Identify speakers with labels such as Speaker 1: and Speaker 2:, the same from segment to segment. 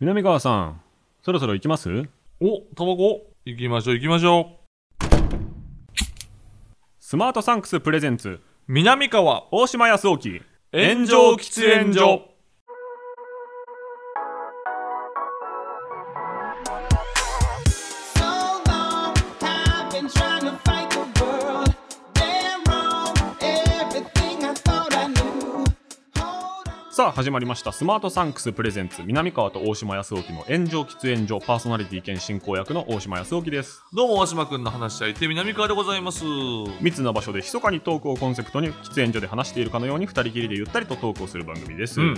Speaker 1: 南川さん、そろそろ行きます
Speaker 2: お、タバコ行きましょう行きましょ
Speaker 1: スマートサンクスプレゼンツ、
Speaker 2: う。南川、
Speaker 1: 大島康沖、
Speaker 2: 炎上喫煙所。
Speaker 3: So long, I've been trying to fight the world. Damn wrong, everything I thought I knew. Hold on.
Speaker 1: さあ始まりましたスマートサンクスプレゼンツ南川と大島康沖の炎上喫煙所パーソナリティ兼進行役の大島康沖です
Speaker 2: どうも、大島くんの話し相手、南川でございます。
Speaker 1: 密な場所で密かにトークをコンセプトに喫煙所で話しているかのように二人きりでゆったりとトークをする番組です、
Speaker 2: うん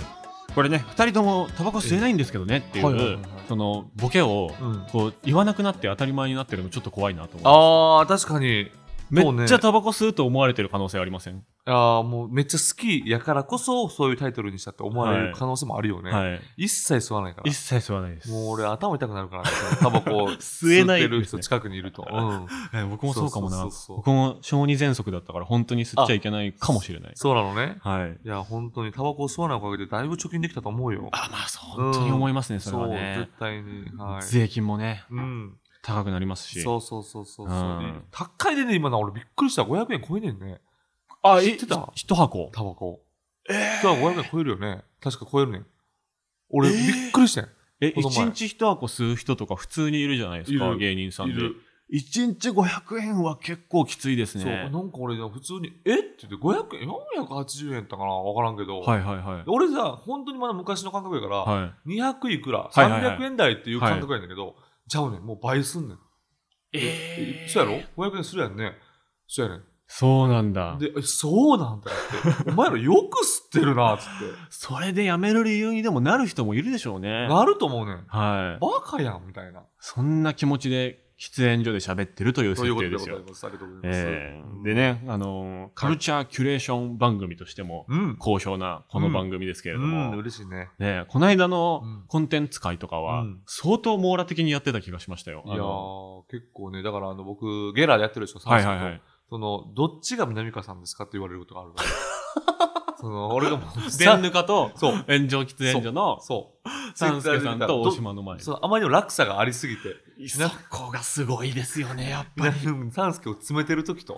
Speaker 1: これね二人ともタバコ吸えないんですけどねっていう、
Speaker 2: はいはいはいはい
Speaker 1: そのボケを、
Speaker 2: うん
Speaker 1: こう言わなくなって当たり前になってるのちょっと怖いなと思う
Speaker 2: あー、確かに。
Speaker 1: め
Speaker 2: そうね
Speaker 1: っちゃタバコ吸うと思われてる可能性ありません、
Speaker 2: あー、もうめっちゃ好きやからこそ、そういうタイトルにしたって思われ
Speaker 1: は
Speaker 2: る
Speaker 1: い
Speaker 2: 可能性もあるよね。
Speaker 1: はい
Speaker 2: 一切吸わないから。
Speaker 1: 切吸わないで
Speaker 2: もう俺、頭痛くなるからね、タバコ
Speaker 1: 吸えない
Speaker 2: 吸ってる人近くにいると。 うん。
Speaker 1: え僕もそうかもな
Speaker 2: そうそうそうそう
Speaker 1: 僕も小児喘息だったから本当に吸っちゃいけないかもしれない
Speaker 2: そうなのね。
Speaker 1: はい
Speaker 2: いや、本当にタバコを吸わないおかげでだいぶ貯金できたと思うよ。
Speaker 1: あまあそう本当に思いますねそれは
Speaker 2: そう、
Speaker 1: ね
Speaker 2: 絶対に。はい。
Speaker 1: 税金もね
Speaker 2: うん。
Speaker 1: 高くなりますし
Speaker 2: そうそうそうそうそ
Speaker 1: う
Speaker 2: う、
Speaker 1: ん
Speaker 2: 高いでね、今な、俺びっくりした。500円超えねんね。
Speaker 1: あ
Speaker 2: 知ってた
Speaker 1: 一箱
Speaker 2: タバコ。え人は500円超えるよね。確か超えるねん。俺、びっくりしたん。
Speaker 1: え
Speaker 2: こ
Speaker 1: 一
Speaker 2: の前
Speaker 1: 日一箱吸う人とか普通にいるじゃないです
Speaker 2: い
Speaker 1: か
Speaker 2: る
Speaker 1: 芸人さん
Speaker 2: い
Speaker 1: で
Speaker 2: る
Speaker 1: 一日500円は結構きついです
Speaker 2: そう、
Speaker 1: ね
Speaker 2: なんか俺、普通に、えって言って、500円、480円やったかなわからんけど。
Speaker 1: はいはいはい
Speaker 2: 俺さ、本当にまだ昔の感覚やから、
Speaker 1: は
Speaker 2: 200いくら、
Speaker 1: いはいはい
Speaker 2: 300円台っていう感覚やねんだけど、ちゃうねん、もう倍すんねん。
Speaker 1: い
Speaker 2: えそうやろ ?500 円するやんね。そうやねん。
Speaker 1: そうなんだ
Speaker 2: で、えそうなんだって。お前らよく吸ってるな、つって。
Speaker 1: それでやめる理由にでもなる人もいるでしょう ね
Speaker 2: なると思うねん。
Speaker 1: はい
Speaker 2: バカやん、みたいな。
Speaker 1: そんな気持ちで喫煙所で喋ってるという
Speaker 2: そ
Speaker 1: 設
Speaker 2: ういうこと
Speaker 1: 定
Speaker 2: で
Speaker 1: で
Speaker 2: ご
Speaker 1: すよ
Speaker 2: ざいます。ありがとうございます。
Speaker 1: えーでね、あのーカルチャーキュレーション番組としても
Speaker 2: うん。
Speaker 1: 好評なこの番組ですけれ
Speaker 2: う
Speaker 1: ども、
Speaker 2: ん、嬉しいね。
Speaker 1: ね、この間の
Speaker 2: うん
Speaker 1: コンテンツ会とかは
Speaker 2: うん
Speaker 1: 相当網羅的にやってた気がしましたよ。
Speaker 2: い
Speaker 1: あ
Speaker 2: や
Speaker 1: の
Speaker 2: ー、結構ね、だからあの僕、ゲラでやってるでしょ、
Speaker 1: はいはいは
Speaker 2: サンス
Speaker 1: い。
Speaker 2: とその、どっちが南川さんですかって言われることがある から。その、俺がもう、
Speaker 1: 電ぬかと
Speaker 2: そう、
Speaker 1: 炎上喫煙所の
Speaker 2: そう。
Speaker 1: 三助さんと大島の
Speaker 2: ど
Speaker 1: 前。
Speaker 2: そう、あまりの落差がありすぎて、
Speaker 1: そこがすごいですよね、やっ
Speaker 2: 南三助を詰めてる時と、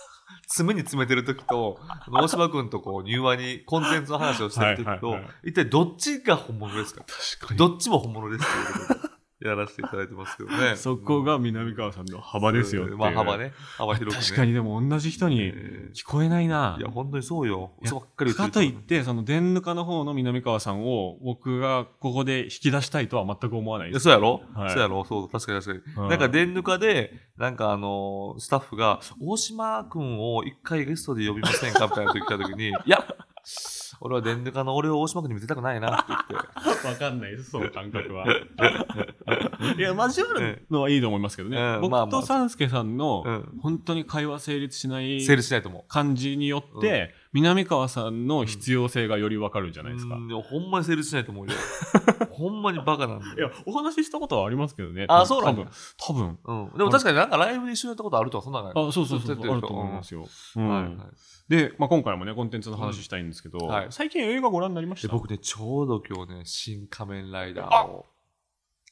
Speaker 2: 詰めに詰めてる時と、あの大島君とこう、柔和にコンテンツの話をしてる時と、
Speaker 1: はいはいはい
Speaker 2: 一体どっちが本物ですか
Speaker 1: 確かに。
Speaker 2: どっちも本物ですっていうことでやらせていただいてますけど ね。
Speaker 1: そこが南川さんの幅ですよっていう。
Speaker 2: まあ幅。ね。幅広くね。
Speaker 1: 確かにでも同じ人に
Speaker 2: え
Speaker 1: 聞こえないな。
Speaker 2: ーいや、本当にそうよ。
Speaker 1: いや
Speaker 2: 嘘ばっかり言
Speaker 1: か
Speaker 2: って
Speaker 1: といっ
Speaker 2: る人。
Speaker 1: て、その電ぬかの方の南川さんを僕がここで引き出したいとは全く思わない
Speaker 2: い
Speaker 1: で
Speaker 2: や
Speaker 1: す。
Speaker 2: そうやろ、
Speaker 1: はい
Speaker 2: そうやろそう、確かに確かに。
Speaker 1: うん
Speaker 2: なんか、電ぬかで、なんかあのースタッフが、大島君を一回ゲストで呼びませんかみたいなこと来たとき に、いや、俺は電ぬかの俺を大島君に見せたくないなって言って。
Speaker 1: わかんないです、その感覚 は。いや、交わるのはいいと思いますけどね。
Speaker 2: うんまあ
Speaker 1: 僕
Speaker 2: まあ
Speaker 1: と三助さんの
Speaker 2: うん
Speaker 1: 本当に会話成立しない
Speaker 2: 成立しないと思う。
Speaker 1: 感じによって、南川さんの必要性がよりわかるんじゃないですか。
Speaker 2: うんでもほんまに成立しないと 思うよ。ほんまにバカなん
Speaker 1: い
Speaker 2: だよ。
Speaker 1: や、お話ししたことはありますけどね。
Speaker 2: あそうな
Speaker 1: 多
Speaker 2: んだ
Speaker 1: 分、多分。
Speaker 2: うん、でも確かになんかライブで一緒にやったことあるとか、そんなの
Speaker 1: あ、そうそうそう、
Speaker 2: そう
Speaker 1: あると思いますよ。う
Speaker 2: はいはい
Speaker 1: んで、まあ今回もね、コンテンツの話したいんですけど
Speaker 2: んはい、
Speaker 1: 最近映画ご覧になりまし
Speaker 2: で
Speaker 1: た
Speaker 2: 僕ね、ちょうど今日ね、新仮面ライダーを。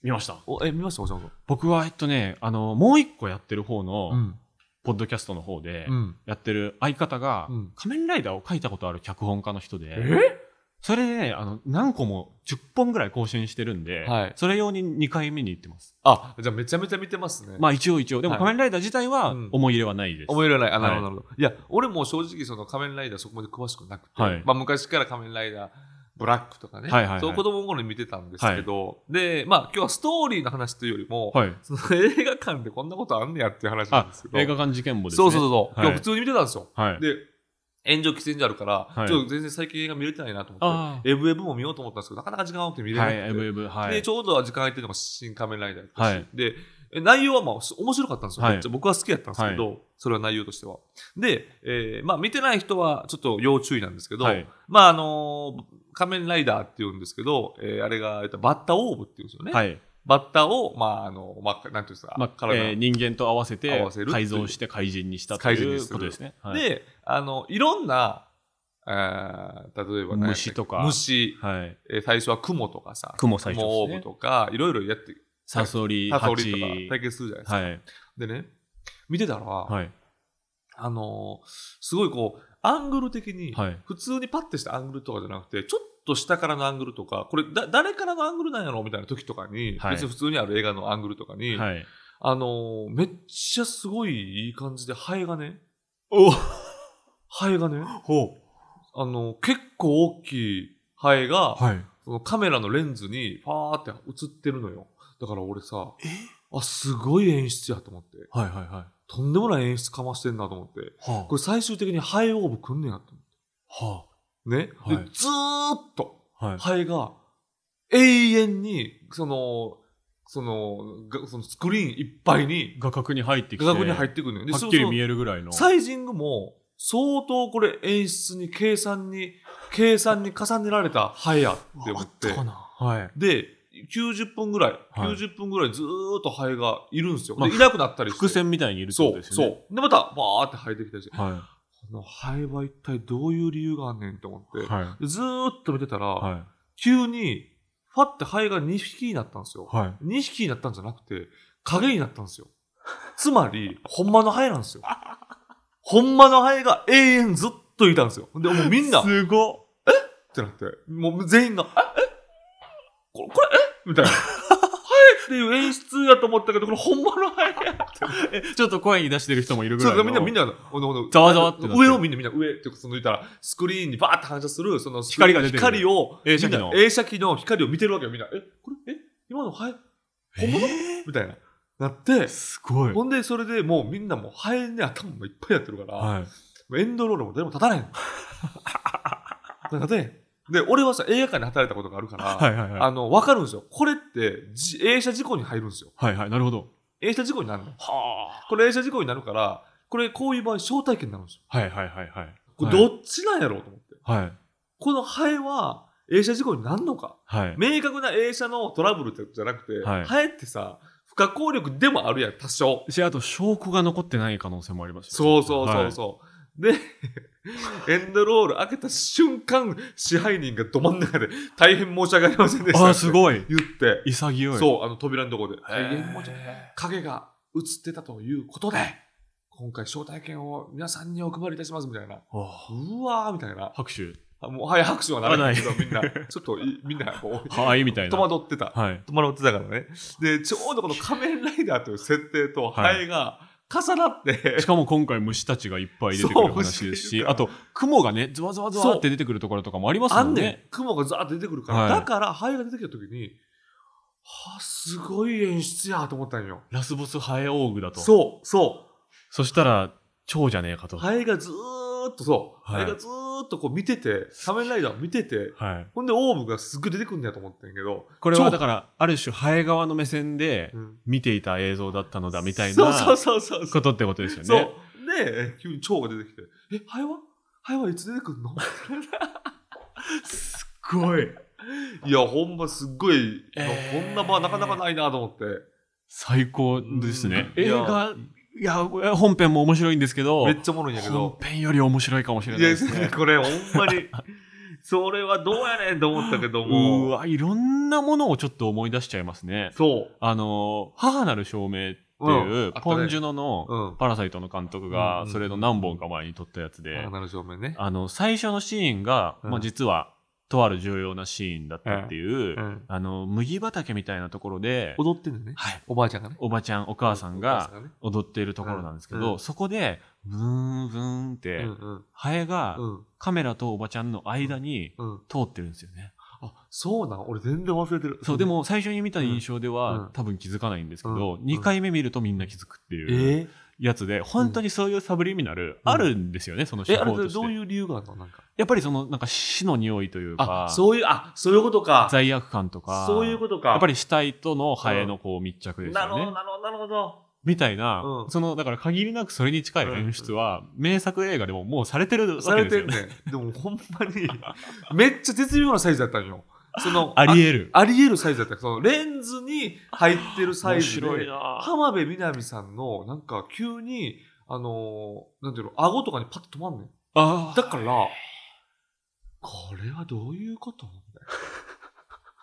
Speaker 1: 見ました。
Speaker 2: おえ、見ましたおしまさん。
Speaker 1: 僕はえっとねあのもう一個やってる方の
Speaker 2: ん。
Speaker 1: ポッドキャストの方で
Speaker 2: うん。
Speaker 1: やってる相方が、
Speaker 2: うん
Speaker 1: 仮面ライダーを書いたことある脚本家の人で、
Speaker 2: え
Speaker 1: それでねあの何個も10本ぐらい更新してるんで、
Speaker 2: はい
Speaker 1: それ用に2回見に行ってます、
Speaker 2: あ、じゃあめちゃめちゃ見てますね。
Speaker 1: まあ一応一応でも
Speaker 2: はい
Speaker 1: 仮面ライダー自体は
Speaker 2: うん
Speaker 1: 思い入れはないです、
Speaker 2: 思い入れない。あ、なるほど、
Speaker 1: は
Speaker 2: なるほど。いや、俺も正直、その仮面ライダーそこまで詳しくなくて、
Speaker 1: はい
Speaker 2: まあ昔から仮面ライダー、ブラックとかね、
Speaker 1: はいはいはい
Speaker 2: そう子供の頃に見てたんですけど、で、まあ今日はストーリーの話というよりも、
Speaker 1: はい
Speaker 2: その映画館でこんなことあんねやっていう話なん
Speaker 1: あ
Speaker 2: ですけど、
Speaker 1: 映画館事件簿ですね
Speaker 2: そうそうそう、
Speaker 1: はい
Speaker 2: 今日普通に見てたんですよ。
Speaker 1: はい
Speaker 2: で、炎上喫煙所あるから、
Speaker 1: はい
Speaker 2: ちょっと全然最近映画見れてないなと思
Speaker 1: あ
Speaker 2: って、エブエブも見ようと思ったんですけど、なかなか時間がなくて見れな。
Speaker 1: はいいエブエブは
Speaker 2: で、
Speaker 1: い
Speaker 2: ちょうど時間空いてるのが新仮面ライダーだった
Speaker 1: は
Speaker 2: し、
Speaker 1: い
Speaker 2: で、え内容はまあす面白かったんですよ、
Speaker 1: はい
Speaker 2: めっちゃ僕は好きやったんですけど、それは内容としては。で、えーまあ見てない人はちょっと要注意なんですけど、
Speaker 1: はい
Speaker 2: まああのー仮面ライダーって言うんですけど、えーあれが言ったらバッタオーブっていうんですよね。
Speaker 1: はい
Speaker 2: バッタを、まああの、まあ、なんていうんですか、
Speaker 1: まあ
Speaker 2: 体の
Speaker 1: えー人間と合わせて
Speaker 2: 合わせるっていう
Speaker 1: 改造して怪人にしたと
Speaker 2: 怪人
Speaker 1: い
Speaker 2: に
Speaker 1: う
Speaker 2: する
Speaker 1: ことですね、はい、
Speaker 2: で、あの、いろんな、あー例えばね
Speaker 1: 虫とか
Speaker 2: 虫、
Speaker 1: はい。
Speaker 2: えー最初は雲とかさ、
Speaker 1: 雲最初
Speaker 2: モ
Speaker 1: です
Speaker 2: ー
Speaker 1: ね
Speaker 2: ブとか、いろいろやって、
Speaker 1: サソリ、
Speaker 2: タ
Speaker 1: ハ
Speaker 2: トリとか
Speaker 1: チ。
Speaker 2: 対決するじゃないですか。
Speaker 1: はい。
Speaker 2: でね、見てたら、
Speaker 1: はい。
Speaker 2: あのーすごいこう、アングル的に、
Speaker 1: はい。
Speaker 2: 普通にパッてしたアングルとかじゃなくて、ちょっと下からのアングルとか、これだ、誰からのアングルなんやろみたいな時とかに、
Speaker 1: はい
Speaker 2: 別に普通にある映画のアングルとかに、
Speaker 1: はい。
Speaker 2: あのーめっちゃすごいいい感じで、ハエがね、
Speaker 1: お
Speaker 2: ハエがね、
Speaker 1: ほ
Speaker 2: あのー結構大きいハエが、
Speaker 1: はい。
Speaker 2: そのカメラのレンズにファーって映ってるのよ。だから俺さ、あ、すごい演出やと思って。
Speaker 1: はいはいはい。は
Speaker 2: とんでもない演出かましてんなと思って。
Speaker 1: あ
Speaker 2: これ最終的にハエオーブくんねやと
Speaker 1: は
Speaker 2: 思って。ね、
Speaker 1: はい
Speaker 2: でずーっと
Speaker 1: あはい。
Speaker 2: ハエが永遠に、その、その、がそのスクリーンいっぱいに
Speaker 1: 画角に入ってきて。
Speaker 2: 画角に入ってくるのよ。で
Speaker 1: はっきり見
Speaker 2: え
Speaker 1: えるぐらいの。
Speaker 2: サイジングも相当これ演出に計算に、計算に重ねられたハエやって思って。
Speaker 1: はい。
Speaker 2: で、90分ぐらい、
Speaker 1: はい
Speaker 2: 90分ぐらいずーっとハエがいるんですよ。
Speaker 1: まあ
Speaker 2: でいなくなったりして。
Speaker 1: 伏線みたいにいるってこ
Speaker 2: そ
Speaker 1: と
Speaker 2: う、
Speaker 1: です
Speaker 2: そ
Speaker 1: よね。
Speaker 2: う。で、また、バーって生えてきたりして、こ
Speaker 1: は
Speaker 2: のハエは一体どういう理由があんねんって思って、
Speaker 1: い。は
Speaker 2: でずーっと見てたら、
Speaker 1: い。はい。
Speaker 2: 急に、ファってハエが2匹になったんですよ。
Speaker 1: はい。
Speaker 2: 2匹になったんじゃなくて、影になったんですよ。つまり、ほんまのハエなんですよ。ほんまのハエが永遠ずっといたんですよ。で、もうみんな、
Speaker 1: すご
Speaker 2: ってなって、もう全員が、ええこれ、これ、えみたいな。ハエっていう演出やと思ったけど、これ本物のハエやって。
Speaker 1: え、ちょっと声に出してる人もいるぐ
Speaker 2: そ
Speaker 1: らい
Speaker 2: うだ
Speaker 1: の。
Speaker 2: みんな、みんな、おのおの
Speaker 1: ざわざわってなってる
Speaker 2: 上をみんな、みんな、上って、その言ったら、スクリーンにバーって反射する、その、
Speaker 1: 光が出てる
Speaker 2: 光を、
Speaker 1: 映写機の
Speaker 2: みんな映写機の光を見てるわけよ、みんな。え、これ、え、今のハエ、本物、みたいな。なって、
Speaker 1: すごい。
Speaker 2: ほんで、それでもうみんなもうハエに頭がいっぱいやってるから、
Speaker 1: はい。
Speaker 2: エンドロールも誰も立たない の。なので、で、俺はさ、映画館で働いたことがあるから、
Speaker 1: はいはいはい。
Speaker 2: あの、わかるんですよ。これって、じ映写事故に入るんですよ。
Speaker 1: はいはい。なるほど。
Speaker 2: 映写事故になるの。
Speaker 1: は
Speaker 2: これ映写事故になるから、これこういう場合、招待券になるんですよ。
Speaker 1: あ。はいはいはいはい。
Speaker 2: これどっちなんやろうと思って。
Speaker 1: はい。
Speaker 2: このハエは映写事故になるのか。
Speaker 1: はい。
Speaker 2: 明確な映写のトラブルってじゃなくて、
Speaker 1: はい
Speaker 2: ハエってさ、不可抗力でもあるやん、多少。
Speaker 1: し、あと、証拠が残ってない可能性もあります
Speaker 2: そうそうそうそう。 で、エンドロール開けた瞬間、支配人がど真ん中で、大変申し訳ありませんでした。
Speaker 1: ああ、す
Speaker 2: い。
Speaker 1: ごい。
Speaker 2: 言って、
Speaker 1: 潔い。う。
Speaker 2: そう、あの扉のところで、大変申し訳ない
Speaker 1: は
Speaker 2: 影が映ってたということで、今回招待券を皆さんにお配りいたしますみたいな。
Speaker 1: あ
Speaker 2: うわーみたいな。
Speaker 1: 拍手。
Speaker 2: あもう、はい、拍手はならな いけど、みんな、ちょっとい、みんな、こう、
Speaker 1: はい、みたいな。
Speaker 2: 戸惑ってた。
Speaker 1: はい。
Speaker 2: 戸惑ってたからね。で、ちょうどこの仮面ライダーという設定と、
Speaker 1: はい
Speaker 2: ハエが重なって、
Speaker 1: しかも今回虫たちがいっぱい出てくる話
Speaker 2: そう
Speaker 1: です
Speaker 2: 虫い
Speaker 1: し
Speaker 2: る、から
Speaker 1: あと、雲がね、ズワズワズワって出てくるところとかもあります
Speaker 2: あ
Speaker 1: も
Speaker 2: ん
Speaker 1: ん
Speaker 2: ねん、
Speaker 1: ね。
Speaker 2: 雲がザーって出てくるから、
Speaker 1: はい
Speaker 2: だからハエが出てきた時にはあすごい演出やと思ったんよ
Speaker 1: ラスボスハエオーグだと。
Speaker 2: そうそ
Speaker 1: そしたら、蝶じゃねえか
Speaker 2: う
Speaker 1: と。
Speaker 2: ハエがずーっとそう、
Speaker 1: はい
Speaker 2: ハエがずーっとこう見てて仮面ライダーを見てて
Speaker 1: はい。
Speaker 2: ほんでオーブがすっごい出てくるんやと思ってんけど
Speaker 1: これはだ
Speaker 2: か
Speaker 1: から、ある種、ハエ側の目線で
Speaker 2: ら、うん
Speaker 1: 見ていた映像だったのだみたい
Speaker 2: そうそ
Speaker 1: な
Speaker 2: うそうそうそ
Speaker 1: こ
Speaker 2: う,、
Speaker 1: とってことですよ
Speaker 2: そう
Speaker 1: ね。
Speaker 2: で急に蝶が出てきて「えハエはハエはいつ出てく るの?
Speaker 1: すごい。」
Speaker 2: いやほんますっごい、
Speaker 1: えー
Speaker 2: こんな場なかなかないなと思って
Speaker 1: 最高ですね。
Speaker 2: うん
Speaker 1: 映画、いや、本編も面白いんですけど
Speaker 2: め、っちゃおもろいんやけど
Speaker 1: 本編より面白いかもしれない
Speaker 2: いや
Speaker 1: ですね。
Speaker 2: これほんまにそれはどうやねんと思ったけど
Speaker 1: う
Speaker 2: も
Speaker 1: わ、いろんなものをちょっと思い出しちゃいますね。
Speaker 2: そう
Speaker 1: あの、母なる証明っていう
Speaker 2: う、んあったね
Speaker 1: ポンジュノの
Speaker 2: うん
Speaker 1: パラサイトの監督
Speaker 2: うん
Speaker 1: が
Speaker 2: う、ん
Speaker 1: それの何本か前に撮ったやつで、
Speaker 2: 花の正面ね
Speaker 1: あの、最初のシーンが、
Speaker 2: うん
Speaker 1: まあ実は、とある重要なシーンだったっていう、
Speaker 2: うん
Speaker 1: あの、麦畑みたいなところで、
Speaker 2: 踊ってんのね
Speaker 1: はい、
Speaker 2: おばあちゃんがね
Speaker 1: おばちゃん、お母さん
Speaker 2: お
Speaker 1: が
Speaker 2: ね
Speaker 1: 踊っているところなんですけ
Speaker 2: うんう
Speaker 1: ど、
Speaker 2: ん
Speaker 1: そこで、ブーン、ブーンっ
Speaker 2: う
Speaker 1: て
Speaker 2: ん、うん
Speaker 1: ハエが
Speaker 2: うん
Speaker 1: カメラとおばちゃんの間に
Speaker 2: うん
Speaker 1: 通ってるんですよね。
Speaker 2: あそうなん俺全然忘れてる
Speaker 1: そう、でも最初に見た印象で
Speaker 2: うんう
Speaker 1: は
Speaker 2: ん
Speaker 1: 多分気づかないんですけ
Speaker 2: う
Speaker 1: ど、
Speaker 2: ん
Speaker 1: 2回目見るとみんな気づくって
Speaker 2: え
Speaker 1: いう
Speaker 2: ー
Speaker 1: やつで、本当にそういうサブリミナル
Speaker 2: うん
Speaker 1: あるんですよね、その手
Speaker 2: えあれ
Speaker 1: 法
Speaker 2: ど
Speaker 1: とし
Speaker 2: どう
Speaker 1: て。
Speaker 2: いう理由があるのなんか
Speaker 1: やっぱりそのなんか死の匂いという
Speaker 2: あ
Speaker 1: か、
Speaker 2: そういうあそういうことか
Speaker 1: 罪悪感とか、
Speaker 2: そういうことか
Speaker 1: やっぱり死体とのハエのこう密着です
Speaker 2: なる
Speaker 1: よ
Speaker 2: ほ
Speaker 1: ね
Speaker 2: ど。なるほどなるほど
Speaker 1: みたいな、
Speaker 2: うん
Speaker 1: そのだから限りなくそれに近い演出は、名作映画でももうされてるわ
Speaker 2: さ
Speaker 1: け
Speaker 2: れ
Speaker 1: です
Speaker 2: て
Speaker 1: よ
Speaker 2: ん
Speaker 1: ね。
Speaker 2: ねんでもほんまに めっちゃ絶妙なサイズだったんよその
Speaker 1: ありえる。
Speaker 2: あり得るサイズだったそのレンズに入ってるサイ
Speaker 1: 面
Speaker 2: ズで
Speaker 1: 白いな
Speaker 2: 浜辺美波さんのなんか急にあのーなんていうの顎とかにパッと止まんねん
Speaker 1: あ
Speaker 2: だからこれはどういうことみたいな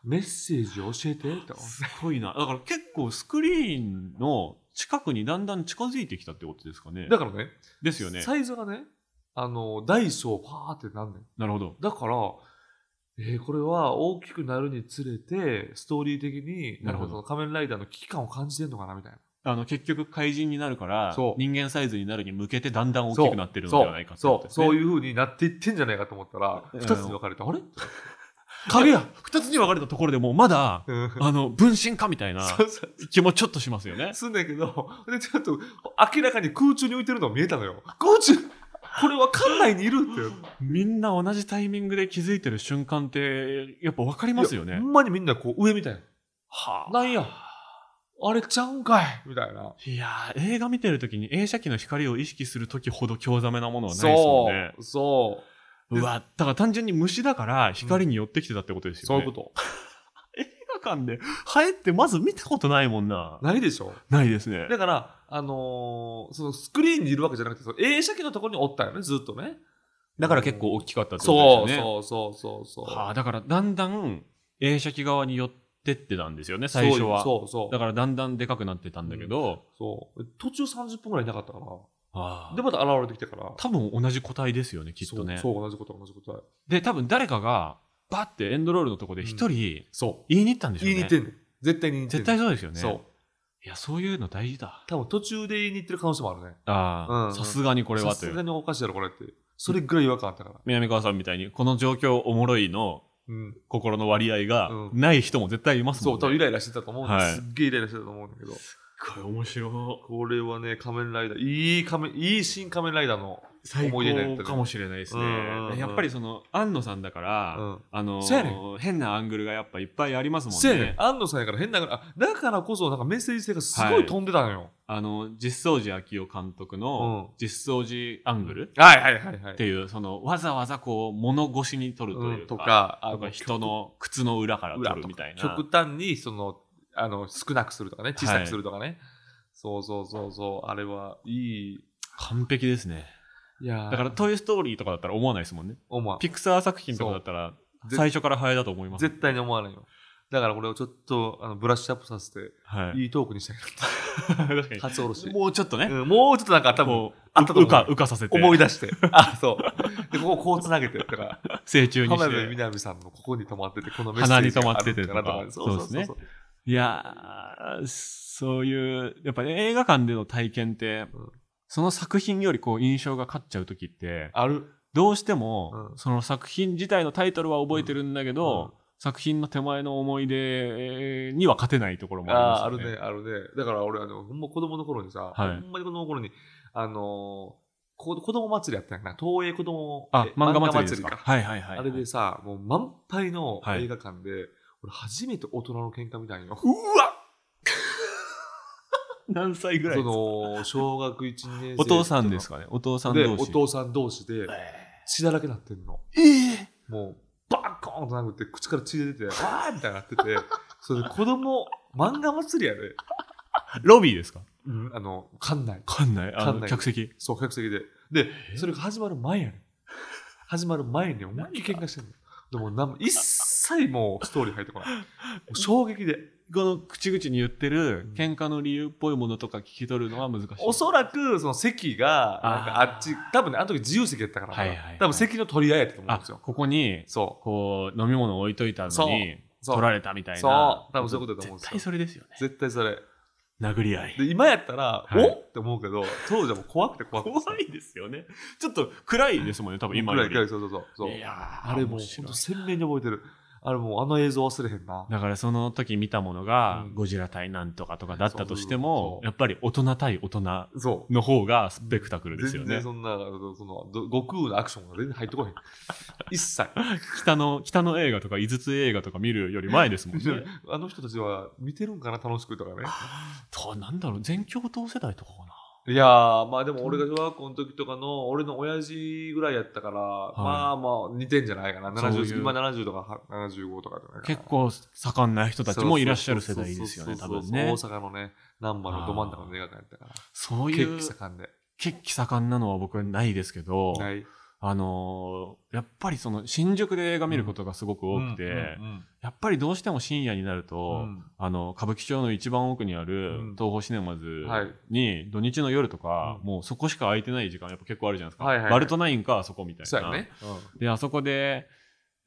Speaker 2: メッセージを教え てって思って
Speaker 1: すごいな。だから結構スクリーンの近くにだんだん近づいてきたってことですかね。
Speaker 2: だからね
Speaker 1: ですよね。
Speaker 2: サイズがねあのダイソーパーってなんねん
Speaker 1: なるほど。
Speaker 2: だから、えーこれは大きくなるにつれてストーリー的に
Speaker 1: な
Speaker 2: な
Speaker 1: るほ
Speaker 2: んか
Speaker 1: ど
Speaker 2: その仮面ライダーの危機感を感じてんのかなみたいな
Speaker 1: あの、結局怪人になるから
Speaker 2: そ、う
Speaker 1: 人間サイズになるに向けてだんだん大
Speaker 2: そう
Speaker 1: きくなってるのではないかって
Speaker 2: そう
Speaker 1: ことです
Speaker 2: そう
Speaker 1: ね
Speaker 2: そういうふうになっていってんじゃないかと思ったら
Speaker 1: うん
Speaker 2: 2つに分かれて、あれ影や、
Speaker 1: 二つに分かれたところでもうまだ、
Speaker 2: うん、
Speaker 1: あの、分身かみたいな
Speaker 2: そうそう
Speaker 1: 気もちょっとしますよね。
Speaker 2: すんだけどでちょっと明らかに空中に浮いてるのが見えたのよ空中これは館内にいるって
Speaker 1: みんな同じタイミングで気づいてる瞬間って、やっぱ分かりますよ
Speaker 2: いや
Speaker 1: ね
Speaker 2: ほ。んまにみんなこう上みたいな
Speaker 1: は
Speaker 2: なんやあれちゃうんかいみたいない
Speaker 1: やー、映画見てるときに映写機の光を意識するときほど興ざめなものはないですも
Speaker 2: そ
Speaker 1: んね。
Speaker 2: うそう
Speaker 1: うわ、だから単純に虫だから光に寄ってきてたってことです
Speaker 2: そ
Speaker 1: よ
Speaker 2: う
Speaker 1: ね。
Speaker 2: いうこと
Speaker 1: 映画館でハエってまず見たことないもんな。
Speaker 2: ないでしょ
Speaker 1: ないですね。
Speaker 2: だから、あのーそのスクリーンにいるわけじゃなくて、その映写機のところにおったよね、ずっとね。
Speaker 1: だから結構大きかったって
Speaker 2: そ
Speaker 1: こと
Speaker 2: う
Speaker 1: ですよね。
Speaker 2: そうそうそうそう。
Speaker 1: はあ、だからだんだん映写機側に寄ってってたんですよね、最初は。
Speaker 2: そうそうそ
Speaker 1: だ
Speaker 2: う
Speaker 1: からだんだんでかくなってたんだけど、
Speaker 2: そう。途中30分ぐらいいなかったから、
Speaker 1: ああ
Speaker 2: で、また現れてきてから。
Speaker 1: 多分同じ個体ですよね、きっとね。
Speaker 2: そう、そう同じこと、同じこと。
Speaker 1: で、多分誰かが、バッてエンドロールのとこで一人
Speaker 2: そう。
Speaker 1: 言いに行ったんでしょう
Speaker 2: 言
Speaker 1: ね。
Speaker 2: いに行ってんねん。絶対に言いに行ってん
Speaker 1: 絶
Speaker 2: ね
Speaker 1: 対
Speaker 2: ん
Speaker 1: そうですよね。
Speaker 2: そう。
Speaker 1: いや、そういうの大事だ。
Speaker 2: 多分途中で言いに行ってる可能性もあるね。
Speaker 1: ああ、
Speaker 2: うん
Speaker 1: さすがにこ
Speaker 2: こ
Speaker 1: れは
Speaker 2: さ
Speaker 1: と
Speaker 2: す
Speaker 1: い
Speaker 2: が
Speaker 1: う。
Speaker 2: におかしいやろ、これって。それぐらい違和感あったから。
Speaker 1: 南川さんみたいに、この状況おもろいの
Speaker 2: うん。
Speaker 1: 心の割合が
Speaker 2: うん
Speaker 1: ない人も絶対います
Speaker 2: そ
Speaker 1: も
Speaker 2: う、
Speaker 1: ん
Speaker 2: 多分
Speaker 1: ね。
Speaker 2: イライラしてたと思うんだ
Speaker 1: はい
Speaker 2: すっげえイライラしてたと思うんだけど。
Speaker 1: これ面白い。
Speaker 2: これはね、仮面ライダー、いい仮面、いい新仮面ライダーの
Speaker 1: 最
Speaker 2: 思い出になっ
Speaker 1: 高
Speaker 2: たね
Speaker 1: かもしれないです
Speaker 2: うんうんう
Speaker 1: ね。
Speaker 2: ん
Speaker 1: やっぱりその、安野さんだから、
Speaker 2: うん
Speaker 1: あの
Speaker 2: そうやね
Speaker 1: ー、変なアングルがやっぱいっぱいありますもんね。
Speaker 2: せやねん安野さんやから変だからあだからこそなんかメッセージ性がすご
Speaker 1: はい
Speaker 2: い飛んでたのよ、
Speaker 1: あの、実相寺昭夫監督の
Speaker 2: うん
Speaker 1: 実相寺アングル
Speaker 2: はい、はいはいはい
Speaker 1: っていう、その、わざわざこう、物越しに撮ると
Speaker 2: うん
Speaker 1: いう
Speaker 2: と
Speaker 1: か、
Speaker 2: かあ
Speaker 1: とか人の靴の裏から撮るみたいな。
Speaker 2: 極端にそのあの少なくするとかね小さくするとかね、そうそうそうそうあれはいい
Speaker 1: 完璧ですね。
Speaker 2: いやー
Speaker 1: だから、トイ・ストーリーとかだったら思わないですもんね。
Speaker 2: 思わん
Speaker 1: ピクサー作品とかだったら、
Speaker 2: ぜ
Speaker 1: 最初からハエだと思います。
Speaker 2: 絶対に思わないよだからこれをちょっとあのブラッシュアップさせて
Speaker 1: はい。
Speaker 2: いいトークにしたいなって
Speaker 1: 確かに
Speaker 2: 初おろし、
Speaker 1: もうちょっとね、
Speaker 2: うんもうちょっとなんか多分
Speaker 1: こ
Speaker 2: あった
Speaker 1: う、
Speaker 2: と
Speaker 1: う
Speaker 2: 思う
Speaker 1: か、うかさせて、
Speaker 2: 思い出してあそうでここをこうつなげてだから
Speaker 1: 成虫に
Speaker 2: 浜
Speaker 1: し
Speaker 2: 辺美
Speaker 1: て。
Speaker 2: 波さんのここに止まってて、このメッセージ
Speaker 1: 鼻に
Speaker 2: があるんだな
Speaker 1: 止まっててとか
Speaker 2: そうそ
Speaker 1: そう
Speaker 2: うそ
Speaker 1: で
Speaker 2: う
Speaker 1: す
Speaker 2: そう。
Speaker 1: いやー、そういう、やっぱり映画館での体験って、
Speaker 2: うん
Speaker 1: その作品よりこう印象が勝っちゃう時って、
Speaker 2: ある。
Speaker 1: どうしても、
Speaker 2: うん
Speaker 1: その作品自体のタイトルは覚えてるんだけど、
Speaker 2: うん
Speaker 1: 作品の手前の思い出には勝てないところも
Speaker 2: あー
Speaker 1: あ
Speaker 2: あ
Speaker 1: りま
Speaker 2: る
Speaker 1: すよね。
Speaker 2: ね、あるね。だから俺、あの、ほんま子供の頃にさ、
Speaker 1: はい
Speaker 2: ほんまに子供の頃に、あのーこ子供祭りやったんやな。東映子供
Speaker 1: あ
Speaker 2: え
Speaker 1: 漫画祭りですか。
Speaker 2: 漫画
Speaker 1: はいはいはい。
Speaker 2: あれでさ、もう満杯の
Speaker 1: はい
Speaker 2: 映画館で、俺初めて大人の喧嘩みたいな。
Speaker 1: 何歳ぐらい
Speaker 2: そ
Speaker 1: ですか
Speaker 2: の、小学1、2年生。
Speaker 1: お父さんですかね。お父さん
Speaker 2: で、
Speaker 1: 同士。
Speaker 2: お父さん同士で、血だらけなってんの。
Speaker 1: えー
Speaker 2: もう、バーコーンと殴って、口から血出て て、わーみたいになってて、それで子供、漫画祭りやで、
Speaker 1: ロビーですか
Speaker 2: うんあの、館内。
Speaker 1: わかんない。あ
Speaker 2: わかん
Speaker 1: の、
Speaker 2: ない
Speaker 1: 客席。
Speaker 2: そう、客席で。で、それが始まる前やねん。始まる前に思いっきり喧嘩してんの。でもなん、一切もうストーリー入ってこ ない。もう衝撃で。
Speaker 1: この口々に言ってる
Speaker 2: うん
Speaker 1: 喧嘩の理由っぽいものとか聞き取るのは難しい。
Speaker 2: おそらく、その席が、なんか
Speaker 1: あ
Speaker 2: あ
Speaker 1: ー
Speaker 2: っち、多分ね、あの時自由席やったから、
Speaker 1: はいはいはい
Speaker 2: 多分席の取り合いやったと思うん
Speaker 1: あ
Speaker 2: ですよ、。
Speaker 1: ここに、
Speaker 2: そ
Speaker 1: こう、飲み物置いといたの
Speaker 2: そう
Speaker 1: に、
Speaker 2: う。そう
Speaker 1: 取られたみたいな。
Speaker 2: そう多分そういうことだと思うんです
Speaker 1: 絶
Speaker 2: よ
Speaker 1: 対それですよね。
Speaker 2: 絶対それ。
Speaker 1: 殴り合い。
Speaker 2: で、今やったら、
Speaker 1: はい
Speaker 2: おって思うけど、当時はもう怖くて怖くて
Speaker 1: 怖
Speaker 2: さ。
Speaker 1: いですよね。ちょっと暗いですもんね、多分今よ
Speaker 2: 暗い暗
Speaker 1: り
Speaker 2: い。そうそうそうそう
Speaker 1: いやー
Speaker 2: あれもう
Speaker 1: 面白
Speaker 2: 本
Speaker 1: い
Speaker 2: 当鮮明に覚えてるあれもうあの映像忘れへんな
Speaker 1: だからその時見たものが、
Speaker 2: うん
Speaker 1: ゴジラ対なんとかとかだったとして
Speaker 2: そうそうそ
Speaker 1: も、
Speaker 2: う
Speaker 1: やっぱり大人対大人の
Speaker 2: そう
Speaker 1: 方がスペクタクルですよ
Speaker 2: 全
Speaker 1: ね
Speaker 2: 然。そんなそのど悟空のアクションが全然入ってこへん 一切
Speaker 1: 北の、北の映画とか、井筒映画とか見るより前ですもんね。
Speaker 2: あの人たちは見てるんかな楽しくとかね
Speaker 1: と、なんだろう、全教頭世代とかかな。
Speaker 2: いやーまあでも俺が小学校の時とかの俺の親父ぐらいやったから、
Speaker 1: い
Speaker 2: まあまあ似てんじゃないかな
Speaker 1: そういう
Speaker 2: 70今70とかは75とかじゃないかな
Speaker 1: 結構盛んな人たちもいらっしゃる世代ですよね、
Speaker 2: そ
Speaker 1: 多
Speaker 2: うそうそう
Speaker 1: 分
Speaker 2: そう
Speaker 1: ね。
Speaker 2: 大阪のね難波のど真ん中の映画館やったから
Speaker 1: そうい
Speaker 2: 結
Speaker 1: う
Speaker 2: 構、盛んで
Speaker 1: 血気盛んなのは僕はないですけど、
Speaker 2: はい
Speaker 1: あのーやっぱりその新宿で映画見ることがすごく多くて、
Speaker 2: うん
Speaker 1: やっぱりどうしても深夜になる
Speaker 2: う
Speaker 1: と、
Speaker 2: んうん
Speaker 1: あの歌舞伎町の一番奥にある
Speaker 2: うん
Speaker 1: 東宝シネマズ
Speaker 2: はい
Speaker 1: に土日の夜とか、
Speaker 2: うん
Speaker 1: もうそこしか空いてない時間やっぱ結構あるじゃないですか、
Speaker 2: はいはいはい
Speaker 1: バルトナインかあそこみたい
Speaker 2: そうや
Speaker 1: な、
Speaker 2: ね。
Speaker 1: であそこで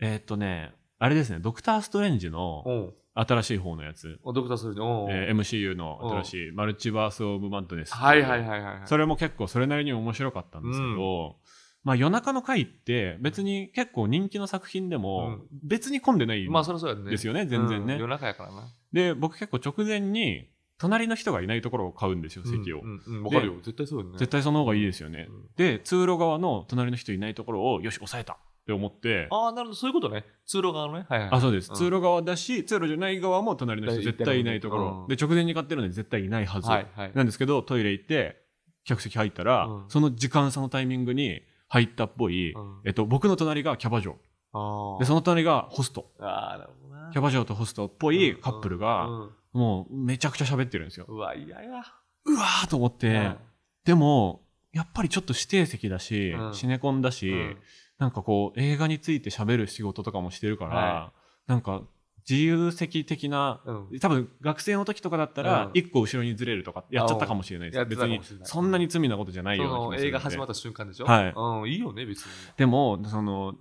Speaker 1: えーっとねあれですね「ドクター・ストレンジ」の
Speaker 2: うん。うん
Speaker 1: 新しい方のやつ、
Speaker 2: おドクターそれで。うん
Speaker 1: えー MCU の新しい「マルチバース・オブ・マッドネス」
Speaker 2: はいはいはいはいはい。
Speaker 1: それも結構それなりに面白かったんですけど、まあ夜中の回って別に結構人気の作品で
Speaker 2: う
Speaker 1: も
Speaker 2: ん
Speaker 1: 別に混んでない
Speaker 2: まあそりゃそうやね。
Speaker 1: ですよね、全然ね、
Speaker 2: うん夜中やからな。
Speaker 1: で僕結構直前に隣の人がいないところを買うんですよ席を、
Speaker 2: うんうんうんわかるよ。絶対そうよね。
Speaker 1: 絶対その方がいいですよね、
Speaker 2: うん
Speaker 1: で通路側の隣の人いないところをよし抑えたって思って
Speaker 2: ああ、なるほど。そういうことね。通路側のね。はいはい。
Speaker 1: あそうです、
Speaker 2: うん
Speaker 1: 通路側だし通路じゃない側も隣の人絶対いないところ、
Speaker 2: うん
Speaker 1: で直前に買ってるので絶対いないはず、
Speaker 2: はいはい。
Speaker 1: なんですけどトイレ行って客席入ったら、
Speaker 2: うん
Speaker 1: その時間差のタイミングに入ったっぽい、
Speaker 2: うん
Speaker 1: えっと、僕の隣がキャバ嬢
Speaker 2: あ
Speaker 1: でその隣がホスト
Speaker 2: あ。ああ、なるほどな。
Speaker 1: キャバ嬢とホストっぽいカップル
Speaker 2: う
Speaker 1: が
Speaker 2: んうん
Speaker 1: もうめちゃくちゃ喋ってるんですよ
Speaker 2: うわ、嫌や。
Speaker 1: うわーと思って、でもやっぱりちょっと指定席だし、
Speaker 2: うん
Speaker 1: シネコンだし、
Speaker 2: うん
Speaker 1: なんかこう映画について喋る仕事とかもしてるから、
Speaker 2: は
Speaker 1: なんか自由席的な
Speaker 2: うん。
Speaker 1: 多分学生の時とかだったら
Speaker 2: うん
Speaker 1: 一個後ろにずれるとかやっちゃったかもしれないで
Speaker 2: や
Speaker 1: す
Speaker 2: って
Speaker 1: 別
Speaker 2: たかもしれ
Speaker 1: に
Speaker 2: ない
Speaker 1: そんなに罪なことじゃない
Speaker 2: そ
Speaker 1: ような気も
Speaker 2: の
Speaker 1: するんで
Speaker 2: 映画始まった瞬間でしょ
Speaker 1: はい
Speaker 2: うん、いいよね、別に。
Speaker 1: でもその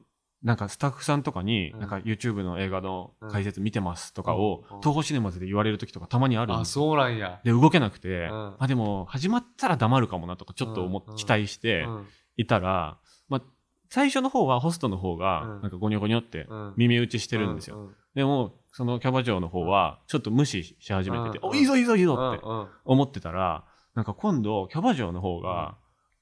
Speaker 1: なんかスタッフさんとかに、
Speaker 2: うん
Speaker 1: なんか YouTube の映画の解説見てますとかを、
Speaker 2: うんうん
Speaker 1: 東宝シネマズで言われる時とかたまにあるん
Speaker 2: あ、
Speaker 1: ですよ
Speaker 2: そうなんや。
Speaker 1: で動けなくて、
Speaker 2: うん
Speaker 1: あでも始まったら黙るかもなとかちょっと思っ
Speaker 2: うんうん
Speaker 1: 期待して
Speaker 2: うん
Speaker 1: いたら、まあ、最初の方はホストの方が
Speaker 2: うん
Speaker 1: なんかゴニョゴニョって
Speaker 2: うん
Speaker 1: 耳打ちしてるんですよ、
Speaker 2: うう
Speaker 1: でもそのキャバ嬢の方はちょっと無視し始めてて「
Speaker 2: うん
Speaker 1: おいいぞいいぞいいぞ」
Speaker 2: うん
Speaker 1: って思ってたらなんか今度キャバ嬢の方が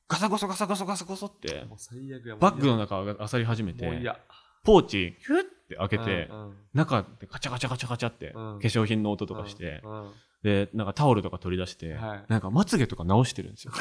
Speaker 1: ガサゴソガサゴソガサゴソって
Speaker 2: うんもう最悪や。
Speaker 1: バッグの中を漁り始め
Speaker 2: もう
Speaker 1: て
Speaker 2: 嫌。
Speaker 1: ポーチヒュッて開けて
Speaker 2: うんうん
Speaker 1: 中でガチャガチャガチャガチャって化
Speaker 2: うん
Speaker 1: 粧品の音とかして
Speaker 2: うんうん
Speaker 1: で、なんかタオルとか取り出して、
Speaker 2: はい
Speaker 1: なんかまつげとか直してるんです よ。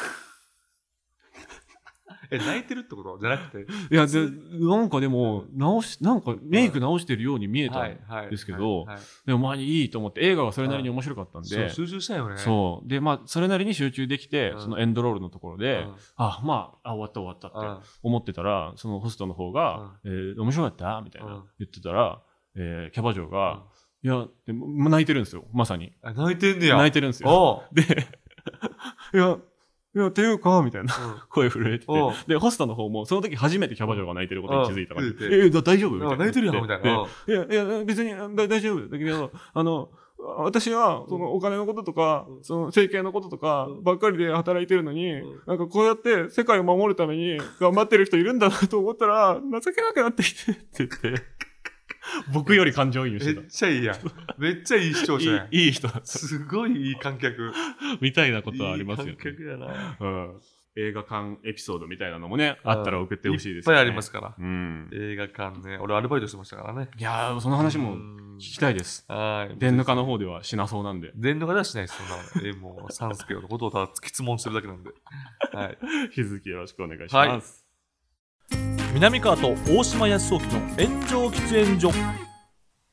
Speaker 2: え、泣いてるってことじゃなくて。
Speaker 1: いや、で、なんかでも、直し、なんかメイク直してるように見えた。
Speaker 2: はいはい
Speaker 1: ですけど
Speaker 2: はいはい
Speaker 1: でも、まあいいと思って、映画がそれなりに面白かったんで、
Speaker 2: そう集中したよね。
Speaker 1: そう。で、まあ、それなりに集中できて、
Speaker 2: うん
Speaker 1: そのエンドロールのところ
Speaker 2: う
Speaker 1: で、
Speaker 2: ん
Speaker 1: あ、まあ、あ、終わった終わったって思ってたら、そのホストの方が、えー面白かったみたいな、
Speaker 2: うん
Speaker 1: 言ってたら、えーキャバ嬢
Speaker 2: うん
Speaker 1: が、いや、でも泣いてるんですよ。まさに。
Speaker 2: あ泣いてんねや。
Speaker 1: 泣い
Speaker 2: て
Speaker 1: てるんですよ。
Speaker 2: おう
Speaker 1: で、 いや、いや、ていうか、みたいな。声震えてて
Speaker 2: おう、
Speaker 1: で、ホストの方も、その時初めてキャバ嬢が泣いてることに気づいたから、
Speaker 2: うんうん
Speaker 1: え、だ大丈夫み
Speaker 2: う
Speaker 1: たい
Speaker 2: ん
Speaker 1: な。
Speaker 2: あ泣いてるやん、みたい
Speaker 1: で
Speaker 2: な。うん
Speaker 1: いや、いや、別にだ大丈夫だけど、あの、私は、そのお金のこととか、
Speaker 2: うん
Speaker 1: その整形のこととか
Speaker 2: うん
Speaker 1: ばっかりで働いてるのに、
Speaker 2: うん
Speaker 1: なんかこうやって世界を守るために頑張ってる人いるんだなと思ったら、情けなくなってきてって言 って、僕より感情移入
Speaker 2: め
Speaker 1: してた
Speaker 2: っ。ちゃいいやん。めっちゃいい視聴者 やん。
Speaker 1: いいいい人だった。
Speaker 2: すごいいい観客。
Speaker 1: みたいなことはありますよ
Speaker 2: い
Speaker 1: ね
Speaker 2: い。観客やな。
Speaker 1: うん、映画館エピソードみたいなのもね、あったら送ってほしい
Speaker 2: い
Speaker 1: で
Speaker 2: っ
Speaker 1: すよ
Speaker 2: ぱ
Speaker 1: ね
Speaker 2: いありますから。
Speaker 1: うん、
Speaker 2: 映画館ね。俺アルバイトしてましたからね。
Speaker 1: いやー、その話も
Speaker 2: うん
Speaker 1: 聞きたいです。
Speaker 2: はい。
Speaker 1: 電の科の方ではしなそうなん で、
Speaker 2: 電動化ではしないです、そんなの。え もう、サンスケのことをただ質問してるだけなんで。はい。
Speaker 1: 引き続きよろしくお願いします。
Speaker 2: 南川と大島康沖の炎上喫煙所。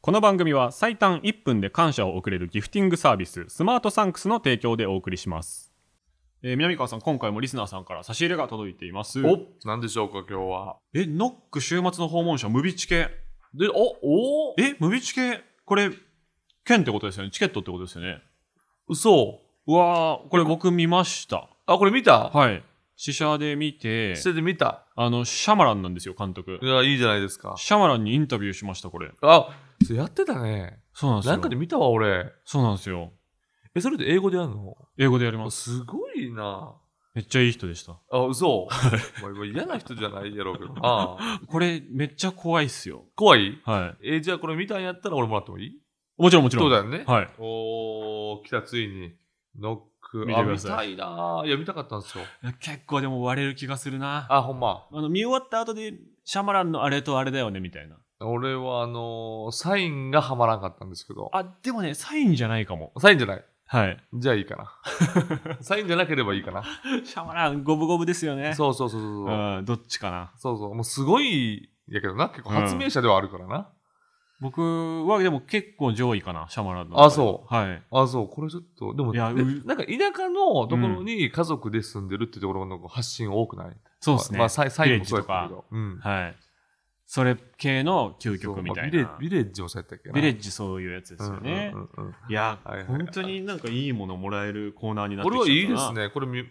Speaker 1: この番組は最短1分で感謝を送れるギフティングサービス、スマートサンクスの提供でお送りします。えー南川さん、今回もリスナーさんから差し入れが届いています。
Speaker 2: おなんでしょうか、今日は。
Speaker 1: え、ノック週末の訪問者、ムビチケ。
Speaker 2: で、お、お
Speaker 1: え、ムビチケ、これ、券ってことですよね。チケットってことですよね。
Speaker 2: 嘘
Speaker 1: うわー、これ僕見ました。
Speaker 2: あ、これ見た
Speaker 1: はい。試写で見て、
Speaker 2: 捨てて見た。
Speaker 1: あの、シャマランなんですよ、監督
Speaker 2: い。や、いいじゃないですか。
Speaker 1: シャマランにインタビューしました、これ。
Speaker 2: あ、それやってたね。
Speaker 1: そうなんですよ。
Speaker 2: なんかで見たわ、俺。
Speaker 1: そうなんですよ。
Speaker 2: え、それで英語でやるの
Speaker 1: 英語でやります。
Speaker 2: すごいな。
Speaker 1: めっちゃいい人でした。
Speaker 2: あ、 嘘。お前もう嫌な人じゃないやろうけどな。
Speaker 1: これ、めっちゃ怖いっすよ。
Speaker 2: 怖い
Speaker 1: は
Speaker 2: え、じゃあこれ見たんやったら俺もらってもいい
Speaker 1: い。もちろん、もちろ。
Speaker 2: そうんだよね。
Speaker 1: はい。
Speaker 2: おー、来た、ついに。ノック。
Speaker 1: 見
Speaker 2: あ、
Speaker 1: てくだ
Speaker 2: 見
Speaker 1: さ
Speaker 2: たいなー。いや、見たかったんですよ。
Speaker 1: 結構でも割れる気がするな。あ
Speaker 2: あ、ほんま。
Speaker 1: の、見終わった後で、シャマランのあれとあれだよね、みたいな。
Speaker 2: 俺は、あのーサインがはまらんかったんですけど。
Speaker 1: あ、でもね、サインじゃないかも。
Speaker 2: サインじゃない。
Speaker 1: はい。
Speaker 2: じゃあいいかな。 サインじゃなければいいかな。
Speaker 1: シャマラン、五分五分ですよね。
Speaker 2: そうそうそうそううそう。
Speaker 1: ん、どっちかな。
Speaker 2: そうそう。もうすごい、やけどな。結構
Speaker 1: うん
Speaker 2: 発明者ではあるからな。
Speaker 1: 僕はでも結構上位かな、シャマランドの中で。。
Speaker 2: あそう
Speaker 1: はい。
Speaker 2: あ、そう、これちょっと、でも、
Speaker 1: いやう
Speaker 2: でなんか田舎のところに家族で住んでるってところの発信多くない、
Speaker 1: そうですね。
Speaker 2: まあ、サイサイもそうやったけど。うん。
Speaker 1: はい。それ系の究
Speaker 2: そう
Speaker 1: 極みたい
Speaker 2: ま
Speaker 1: な
Speaker 2: あ。ビレビレッジをそうやったっけな。
Speaker 1: ビレ
Speaker 2: ジ
Speaker 1: ッジそういうやつですよね。
Speaker 2: うんうんうんうん
Speaker 1: いや、
Speaker 2: はいはいはい
Speaker 1: 本当になんかいいものもらえるコーナーになっ
Speaker 2: こ
Speaker 1: てき
Speaker 2: れ
Speaker 1: ちゃっ
Speaker 2: は
Speaker 1: たな。
Speaker 2: いいですね。これみ、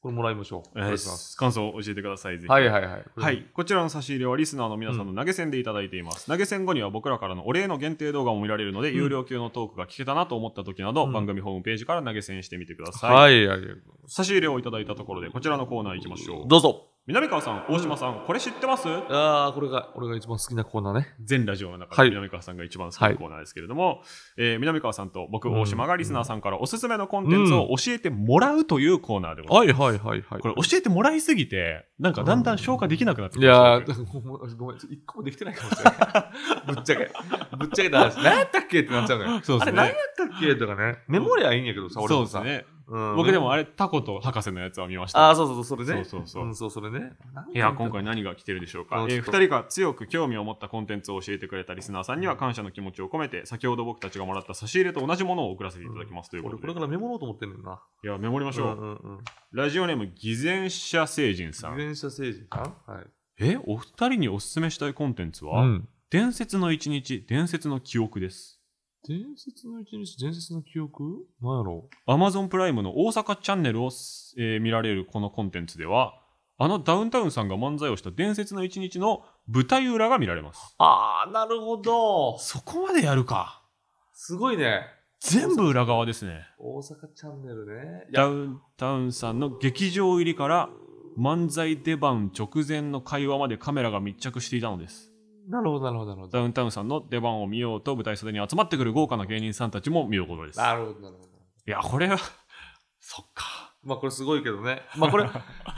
Speaker 2: これもらいましょう。
Speaker 1: え
Speaker 2: お
Speaker 1: ー。
Speaker 2: 願いします。
Speaker 1: 感想を教えてください、ぜひ。
Speaker 2: はいはいはい。これ
Speaker 1: はい、こちらの差し入れはリスナーの皆さんの投げ銭でいただいています、投げ銭後には僕らからのお礼の限定動画も見られるので、有料級のトークが聞けたなと思った時など、
Speaker 2: うん
Speaker 1: 番組ホームページから投げ銭してみてください、
Speaker 2: はい、ありがとうございます
Speaker 1: 差し入れをいただいたところでこちらのコーナー行きましょう
Speaker 2: どうぞ。
Speaker 1: 南川さん大島さん、これ知ってます
Speaker 2: ああ、これが、俺が一番好きなコーナーね。
Speaker 1: 全ラジオの中
Speaker 2: は
Speaker 1: で
Speaker 2: い
Speaker 1: 南川さんが一番好きなコーナーですけれども、えー南川さんと僕
Speaker 2: うん
Speaker 1: 大島がリスナーさんからおすすめのコンテンツを教えてもらうというコーナーでございます、
Speaker 2: はいはいはいはい。
Speaker 1: これ教えてもらいすぎてなんかだんだん消化できなくなってき
Speaker 2: い
Speaker 1: ました
Speaker 2: や
Speaker 1: 僕
Speaker 2: ー、ごめんごめん、一個もできてないかもしれない。 ぶっちゃけ。ぶっちゃけた話、何やったっけってなっちゃうのよ。
Speaker 1: そうです
Speaker 2: あれ
Speaker 1: ね
Speaker 2: 何やったっけとかね。メモりゃいいんやけどさ、俺
Speaker 1: そう
Speaker 2: も
Speaker 1: です
Speaker 2: さ。
Speaker 1: ね
Speaker 2: うん
Speaker 1: 僕でもあれタコと博士のやつは見ました
Speaker 2: ああ、そうそうそう、それね。、
Speaker 1: そうそうそうん
Speaker 2: そう、それね。
Speaker 1: いや今回何が来てるでしょうか、
Speaker 2: あ
Speaker 1: えー、
Speaker 2: ちょっと
Speaker 1: 2人が強く興味を持ったコンテンツを教えてくれたリスナーさんには感謝の気持ちを込めて先ほど僕たちがもらった差し入れと同じものを送らせていただきますというこ
Speaker 2: 俺、
Speaker 1: と
Speaker 2: こ
Speaker 1: で、
Speaker 2: れからメモろうと思ってんねんな。
Speaker 1: いやメモりましょう、
Speaker 2: うんうんうん。
Speaker 1: ラジオネーム偽善者成人さん
Speaker 2: 自転車成人かはい。
Speaker 1: えお二人におすすめしたいコンテンツは、
Speaker 2: うん。
Speaker 1: 伝説の一日伝説の記憶です
Speaker 2: 伝説の一日、伝説の記憶なんやろ
Speaker 1: Amazon プライムの大阪チャンネルを、えー見られるこのコンテンツではあのダウンタウンさんが漫才をした伝説の一日の舞台裏が見られます
Speaker 2: ああ、なるほど。
Speaker 1: そこまでやるか
Speaker 2: すごいね。
Speaker 1: 全部裏側ですね
Speaker 2: 大阪チャンネルね。いや
Speaker 1: ダウンタウンさんの劇場入りから漫才出番直前の会話までカメラが密着していたのです
Speaker 2: なるほど、なるほど、なるほ
Speaker 1: ダ
Speaker 2: ど。
Speaker 1: ウンタウンさんの出番を見ようと舞台袖に集まってくる豪華な芸人さんたちも見どころです
Speaker 2: なるほど、なるほど。
Speaker 1: いやこれはそっか
Speaker 2: まあこれすごいけど ね。まあこれ、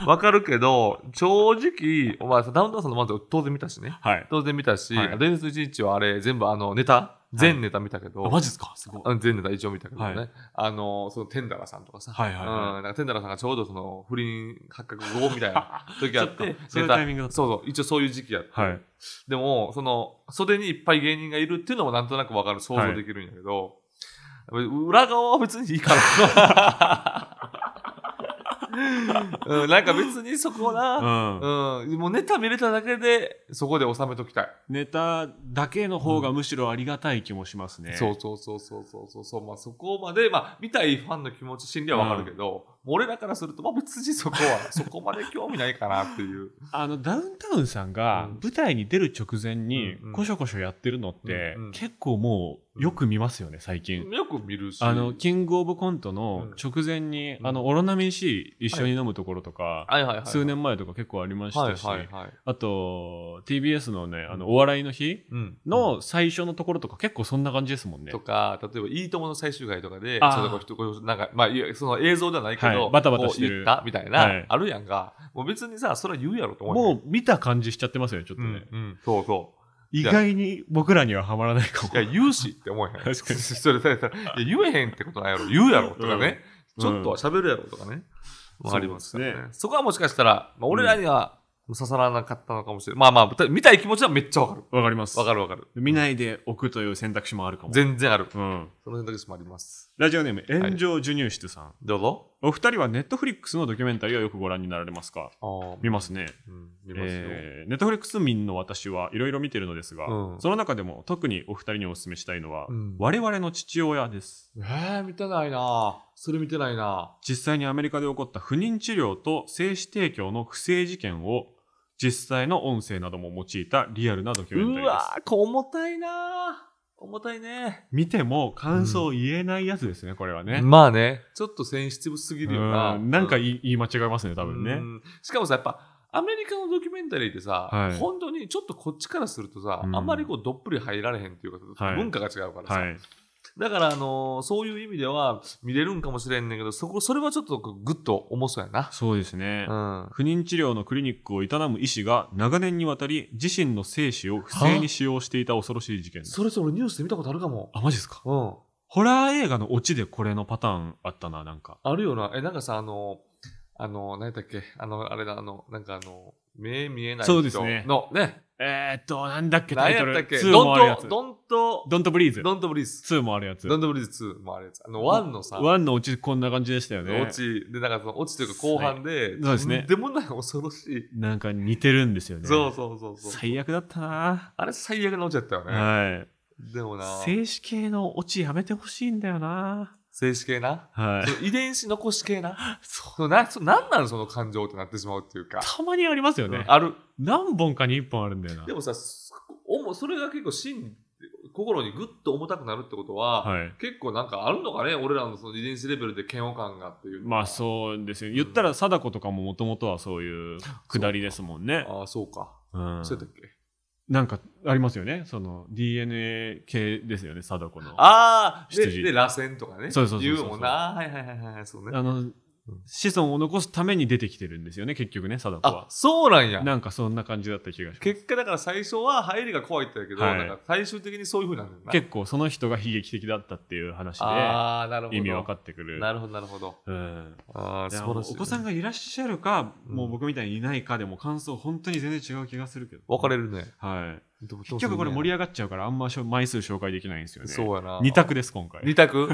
Speaker 2: わかるけど、正直、お前さ、ダウンタウンさんの漫才を当然見たしね。
Speaker 1: はい
Speaker 2: 当然見たし、
Speaker 1: はい
Speaker 2: 伝説一日はあれ、全部あの、ネタ全ネタ見たけど、
Speaker 1: あマジですかすごい
Speaker 2: うん全ネタ一応見たけどね。
Speaker 1: は
Speaker 2: あの、その、テンダラさんとかさ。
Speaker 1: はいはいはい
Speaker 2: うん。なんか、テンダラさんがちょうどその、不倫発覚後みたい な時あっ、
Speaker 1: そってかそういう
Speaker 2: ネタ
Speaker 1: タイミングだった
Speaker 2: そうそう、一応そういう時期やって。
Speaker 1: はい
Speaker 2: でも、その、袖にいっぱい芸人がいるっていうのもなんとなくわかる、想像できるんやけど、裏側は別にいいから。 うん、なんか別にそこな、
Speaker 1: うん
Speaker 2: うん、もうネタ見れただけで、そこで収めときたい。
Speaker 1: ネタだけの方がむしろありがたい気もしますね。
Speaker 2: そうそうそうそうそうそうそう、まあそこまで、まあ見たいファンの気持ち、心理はわかるけど、俺らからすると、まあ別にそこは、 そこまで興味ないかなっていう。
Speaker 1: あのダウンタウンさんが
Speaker 2: うん
Speaker 1: 舞台に出る直前に
Speaker 2: うんうん
Speaker 1: こしょこしょやってるのって
Speaker 2: うんうん
Speaker 1: 結構もうよく見ますよね最近。
Speaker 2: よく見るし。
Speaker 1: あのキングオブコントの直前に
Speaker 2: うん
Speaker 1: あのオロナミン C 一緒に飲むところとか
Speaker 2: はいはいはい。
Speaker 1: 数年前とか結構ありましたし
Speaker 2: はいはいはい。
Speaker 1: あと TBS のねあのお笑いの日
Speaker 2: うん
Speaker 1: の最初のところとか結構そんな感じですもんね
Speaker 2: と。か、例えば、いいともの最終回とかで、
Speaker 1: あー
Speaker 2: ちょっとこう人こうなんか、まあ、いやその映像ではないけど、
Speaker 1: はいバタバタしてる
Speaker 2: こう言ったみたいな、
Speaker 1: はい
Speaker 2: あるやんか。もう別にさ、それは言うやろと思うよ
Speaker 1: もう見た感じしちゃってますよねちょっと
Speaker 2: う
Speaker 1: ね
Speaker 2: ん、。うん、そうそ
Speaker 1: 意外に僕らにはハマらないかも
Speaker 2: う。。いや、言うしって思えへん。
Speaker 1: 確かに
Speaker 2: それ、それ、それ、いや、言えへんってことないやろ、言うやろとかね、
Speaker 1: うん
Speaker 2: ちょっとは喋るやろとかね、
Speaker 1: うん
Speaker 2: もありますからね
Speaker 1: そう
Speaker 2: そ
Speaker 1: で
Speaker 2: こはもしかしたら、まあ、俺らには刺さらなかったのかもしれない。まあまあ、見たい気持ちはめっちゃわかる。
Speaker 1: わかります。
Speaker 2: わかるわかる。
Speaker 1: 見ないでおくという選択肢もあるかも。
Speaker 2: 全然ある。
Speaker 1: うん、
Speaker 2: その選択肢もあります。
Speaker 1: ラジオネーム炎上授乳室さん、
Speaker 2: どうぞ。
Speaker 1: お二人はネットフリックスのドキュメンタリーをよくご覧になられますか
Speaker 2: あー
Speaker 1: 見ますね
Speaker 2: うん、見ますよ。
Speaker 1: えーネットフリックス民の私はいろいろ見てるのですが、
Speaker 2: うん
Speaker 1: その中でも特にお二人にお勧めしたいのは、
Speaker 2: うん
Speaker 1: 我々の父親です
Speaker 2: えー、見てないなそれ見てないな
Speaker 1: 実際にアメリカで起こった不妊治療と精子提供の不正事件を実際の音声なども用いたリアルなドキュメンタリーです
Speaker 2: ー、こう重たいな重たいね。
Speaker 1: 見ても感想を言えないやつですね、これはね、
Speaker 2: まあね。ちょっとセンシティブすぎるよな。
Speaker 1: うんなんか言い言い間違えますね多
Speaker 2: 多
Speaker 1: 分ね、
Speaker 2: しかもさ、やっぱ、アメリカのドキュメンタリーってさ、
Speaker 1: はい
Speaker 2: 本当にちょっとこっちからするとさ、
Speaker 1: うん
Speaker 2: あんまりこうどっぷり入られへんっていうか、
Speaker 1: はい
Speaker 2: 文化が違うからさ、
Speaker 1: はい
Speaker 2: だから、あのーそういう意味では見れるんかもしれんねんけど、そこ、それはちょっとこうグッと重そうやな。
Speaker 1: そうですね、
Speaker 2: うん。
Speaker 1: 不妊治療のクリニックを営む医師が長年にわたり自身の精子を不正に使用していた恐ろしい事件です
Speaker 2: それそれニュースで見たことあるかも。
Speaker 1: あマジですか
Speaker 2: うん。
Speaker 1: ホラー映画のオチでこれのパターンあったななんか
Speaker 2: あるよな。え、なんかさ、あの、あの、何やったっけあの、あれだ、あの、なんかあの、目見えない
Speaker 1: そ
Speaker 2: 人
Speaker 1: うですね
Speaker 2: のね、
Speaker 1: えー、っと、なんだっけ、タイ
Speaker 2: 何や
Speaker 1: ト
Speaker 2: っ
Speaker 1: ル。
Speaker 2: たっけ
Speaker 1: 2もあるや
Speaker 2: ドン
Speaker 1: つ
Speaker 2: ト、。ドント、
Speaker 1: ドントブリーズ。
Speaker 2: ドントブリーズ。
Speaker 1: 2もあるやつ。
Speaker 2: ドントブリーズ2もあるやつ。あの、1のさ、
Speaker 1: 1のオチ、こんな感じでしたよね
Speaker 2: 落。ち、で、なんかその落ちというか後半で、
Speaker 1: そうですね
Speaker 2: とんでもない恐ろしい。
Speaker 1: なんか似てるんですよね。
Speaker 2: そうそうそうそう。
Speaker 1: 最悪だったな、
Speaker 2: あれ最悪の落ちだったよね。
Speaker 1: はい。
Speaker 2: でもな、
Speaker 1: 静止系のオチやめてほしいんだよな
Speaker 2: 静止系な。
Speaker 1: はい。
Speaker 2: その遺伝子残し 系な。そうな、そなんなんその感情ってなってしまうっていうか。
Speaker 1: たまにありますよね。
Speaker 2: ある。
Speaker 1: 何本かに1本あるんだよな
Speaker 2: で。もさ、すおもそれが結構心に、心にぐっと重たくなるってことは、
Speaker 1: はい。
Speaker 2: 結構なんかあるのかね、俺らのその遺伝子レベルで嫌悪感がっていう。
Speaker 1: まあそうですよ。言ったら、貞子とかももともとはそういうくだりですもんね。
Speaker 2: ああ、そうか。
Speaker 1: うん
Speaker 2: そうやったっけ
Speaker 1: なんかありますよね。その DNA 系ですよね、貞子の。
Speaker 2: ああ、で、
Speaker 1: 羊
Speaker 2: で螺旋とかね。
Speaker 1: そうそうそうそうそう
Speaker 2: 言うもんな。あーはいはいはいはい、そうね。
Speaker 1: あの、子孫を残すために出てきてるんですよね、結局ね、貞子
Speaker 2: あ
Speaker 1: は、。
Speaker 2: そうなんや。
Speaker 1: なんかそんな感じだった気がします。
Speaker 2: 結果だから最初は入りが怖いって言うけど、
Speaker 1: はい
Speaker 2: なんか最終的にそういうふうになるんだよな。
Speaker 1: 結構その人が悲劇的だったっていう話で、
Speaker 2: ああ、なるほど。
Speaker 1: 意味分かってくる。
Speaker 2: なるほど、なるほど。
Speaker 1: うん、
Speaker 2: ああ、
Speaker 1: いや
Speaker 2: 素晴らしい。
Speaker 1: お子さんがいらっしゃるか、
Speaker 2: うん
Speaker 1: もう僕みたいにいないかでも感想本当に全然違う気がするけど。
Speaker 2: 分かれるね。
Speaker 1: はい。
Speaker 2: でも
Speaker 1: 結局これ盛り
Speaker 2: 上
Speaker 1: 上がっちゃうからあんましょ枚数紹介できないんですよね。
Speaker 2: そうやな。
Speaker 1: 二。択です、今回
Speaker 2: 二。択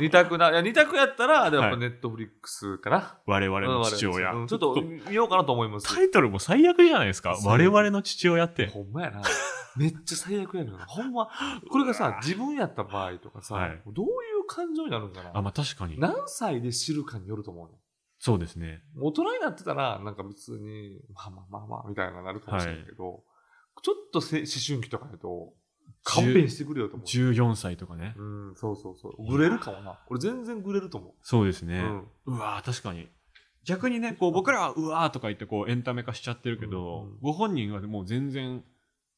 Speaker 2: 二択な。いや、二択やったら、でもやっ
Speaker 1: は
Speaker 2: ぱ
Speaker 1: い
Speaker 2: ネットフリックスかな。
Speaker 1: 我々
Speaker 2: うん
Speaker 1: の
Speaker 2: 我々
Speaker 1: 父親。
Speaker 2: うんちょっと見ようかなと思います。
Speaker 1: タイトルも最悪じゃないですか。
Speaker 2: そう
Speaker 1: 我々の父親って。
Speaker 2: ほんまやな。めっちゃ最悪やな。ほんま、これが
Speaker 1: う
Speaker 2: さ
Speaker 1: わ、
Speaker 2: 自分やった場合とかさ、
Speaker 1: はい
Speaker 2: どういう感情になるんか
Speaker 1: あ、
Speaker 2: な。
Speaker 1: まあ確かに。
Speaker 2: 何歳で知るかによると思うね。
Speaker 1: そうですね。
Speaker 2: 大人になってたら、なんか別に、まあまあまあまあ、みたいななるかもしれないけど、ちょっとせ思春期とかやと、勘弁してくれよと思う。
Speaker 1: 14歳とかね。
Speaker 2: うん、そうそうそう。ぐれるかもな。俺全然ぐれると思
Speaker 1: そうです
Speaker 2: う。
Speaker 1: ね。
Speaker 2: うん。
Speaker 1: うわー確かに。逆にね、こう僕らはうわーとか言ってこうエンタメ化しちゃってるけど、
Speaker 2: うんうん
Speaker 1: ご本人はもう全然、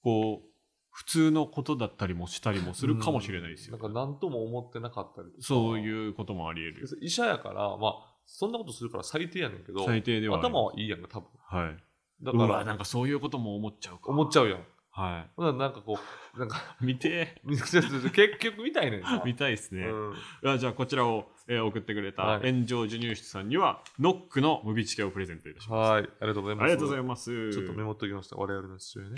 Speaker 1: こう、普通のことだったりもしたりもするかもしれないですよ。
Speaker 2: うんなんか何とも思ってなかったりとか。
Speaker 1: そういうこともあり得る。
Speaker 2: 医者やから、まあ、そんなことするから最低やねんけど、
Speaker 1: 最低ではある
Speaker 2: 頭はいいやんか、多分。
Speaker 1: はい。
Speaker 2: だ
Speaker 1: う
Speaker 2: か
Speaker 1: わー
Speaker 2: ら、
Speaker 1: なんかそういうことも思っちゃうか。
Speaker 2: 思っちゃうやん。
Speaker 1: は
Speaker 2: ほんならなんかこう、なん か、
Speaker 1: い。見て
Speaker 2: 結局見たいねんな
Speaker 1: ー、 見たいですね。
Speaker 2: うん
Speaker 1: いやじゃあこちらを、えー送ってくれた
Speaker 2: はい
Speaker 1: 炎上授乳室さんには、ノックのムビチケをプレゼントいたします。
Speaker 2: はい、ありがとうございます。
Speaker 1: ありがとうございます。
Speaker 2: ちょっとメモっときました。我々の父親ね。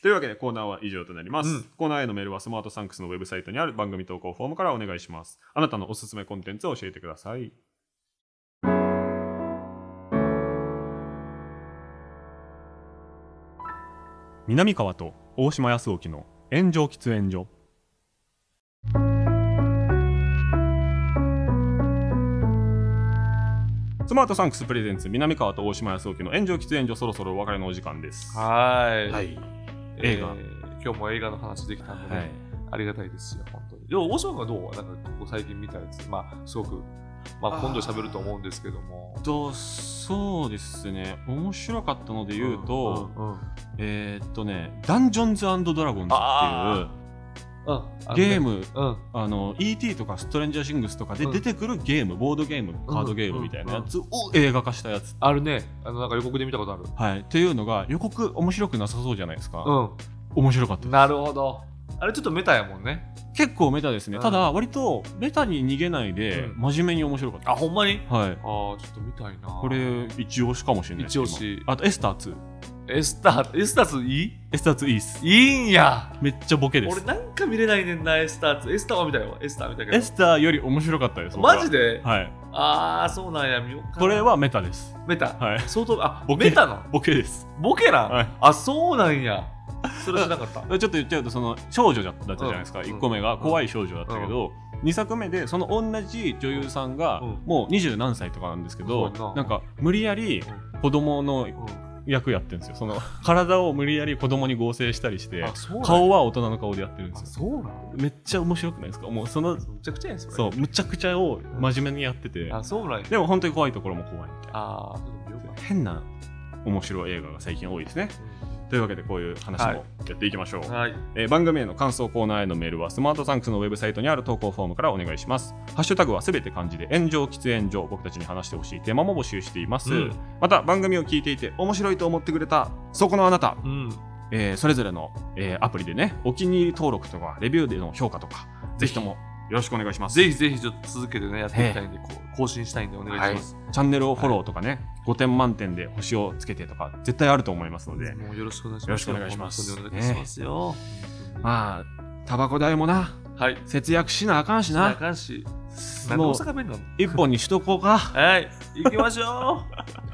Speaker 1: というわけでコーナーは以上となります、
Speaker 2: うん
Speaker 1: コーナーへのメールはスマートサンクスのウェブサイトにある番組投稿フォームからお願いしますあなたのおすすめコンテンツを教えてください南川と大島康沖の炎上喫煙所スマートサンクスプレゼンツ南川と大島康沖の炎上喫煙所そろそろお別れのお時間です
Speaker 2: はい。
Speaker 1: はい
Speaker 2: えー
Speaker 1: 映画
Speaker 2: 今日も映画の話できたんでね、
Speaker 1: はい
Speaker 2: ありがたいですよ、本当に。でも、大島君はどうなんか、ここ最近見たやつ、まあ、すごく、まあ、
Speaker 1: あー
Speaker 2: 今度喋ると思うんですけども
Speaker 1: えっ。とそうですね面白かったので言うと、
Speaker 2: ん、うんうん
Speaker 1: えーっとね「ダンジョンズドラゴンズ」
Speaker 2: あ
Speaker 1: っ
Speaker 2: あの
Speaker 1: ていう
Speaker 2: ね
Speaker 1: ゲーム
Speaker 2: うん、
Speaker 1: あの ET とかストレンジャーシングスとかで
Speaker 2: うん
Speaker 1: 出てくるゲーム、ボードゲームカードゲームみたいなやつを映画化したやつ、
Speaker 2: あるね、あのなんか予告で見たことある。
Speaker 1: はい、っていうのが予告面白くなさそうじゃないですか、
Speaker 2: う
Speaker 1: 面白かった
Speaker 2: ん、
Speaker 1: で
Speaker 2: なるほど。あれちょっとメタやもんね。
Speaker 1: す結構メタですね、
Speaker 2: うん
Speaker 1: ただ割とメタに逃げないで、
Speaker 2: うん
Speaker 1: 真面目に面白かった
Speaker 2: あ、ほんまに
Speaker 1: はい
Speaker 2: ああ、ちょっと見たいな。
Speaker 1: これ一押しかもしれないです
Speaker 2: 一押し
Speaker 1: 今あとエスター2
Speaker 2: エスター、エスターズいい
Speaker 1: エスター2いいっす
Speaker 2: いいんや。
Speaker 1: めっちゃボケです
Speaker 2: 俺なんか見れないねんな、エスターズ。エスターは見たよ。エスター見たけど。
Speaker 1: エスターより面白かったです。僕は
Speaker 2: マジで、
Speaker 1: はい。
Speaker 2: ああ、そうなんや、見ようかな
Speaker 1: これはメタです。
Speaker 2: メタ。
Speaker 1: はい。
Speaker 2: 相当、あ、
Speaker 1: ボケ
Speaker 2: メタの
Speaker 1: ボケです。
Speaker 2: ボケなん、
Speaker 1: はい
Speaker 2: あ、そうなんや。それ知らなか った。
Speaker 1: ちょっと言っちゃうと、その少女だったじゃないですか。
Speaker 2: うん
Speaker 1: 1個目が怖い少女だったけど、2作目でその同じ女優さんが
Speaker 2: うん
Speaker 1: もう二十何歳とかなんですけど
Speaker 2: そうやな
Speaker 1: なんか無理やり子供の役やってるんですよその体を無理やり子供に合成したりして
Speaker 2: あ、そうなんや
Speaker 1: 顔は大人の顔でやってるんで
Speaker 2: あ、
Speaker 1: すよ
Speaker 2: そうなん
Speaker 1: めっちゃ面白くないですかもうその
Speaker 2: むちゃくちゃやん、それ。
Speaker 1: そうむちゃくちゃを真面目にやってて
Speaker 2: あ、そうなんや。
Speaker 1: でも本当に怖いところも怖いみたいな
Speaker 2: ああ、ちょっと見ようかな
Speaker 1: 変な面白い映画が最近多いですねというわけでこういう話
Speaker 2: はい
Speaker 1: もやっていきましょう、
Speaker 2: うんはい。
Speaker 1: えー番組への感想コーナーへのメールはスマートサンクスのウェブサイトにある投稿フォームからお願いしますハッシュタグはすべて漢字で炎上喫煙所僕たちに話してほしいテーマも募集しています、
Speaker 2: うん
Speaker 1: また番組を聞いていて面白いと思ってくれたそこのあなた、
Speaker 2: うん。
Speaker 1: えーそれぞれの、えーアプリでねお気に入り登録とかレビューでの評価とかぜひともろしくお願いします。
Speaker 2: ぜひぜひちょっと続けてねやっていきたいんで、こう更新したいんでお願いします。
Speaker 1: チャンネルをフォローとかね、5点満点で星をつけてとか、絶対あると思いますので、
Speaker 2: もうよろしくお願いします。
Speaker 1: よろしくお願いします
Speaker 2: 本当にお願いしますよ。
Speaker 1: まあ、タバコ代もな、
Speaker 2: はい。
Speaker 1: 節約しなあかんし
Speaker 2: なあ
Speaker 1: な、
Speaker 2: かんし、なんで
Speaker 1: も
Speaker 2: 大
Speaker 1: う
Speaker 2: 阪弁なの
Speaker 1: 一本にしとこうか。
Speaker 2: はい、行きましょう。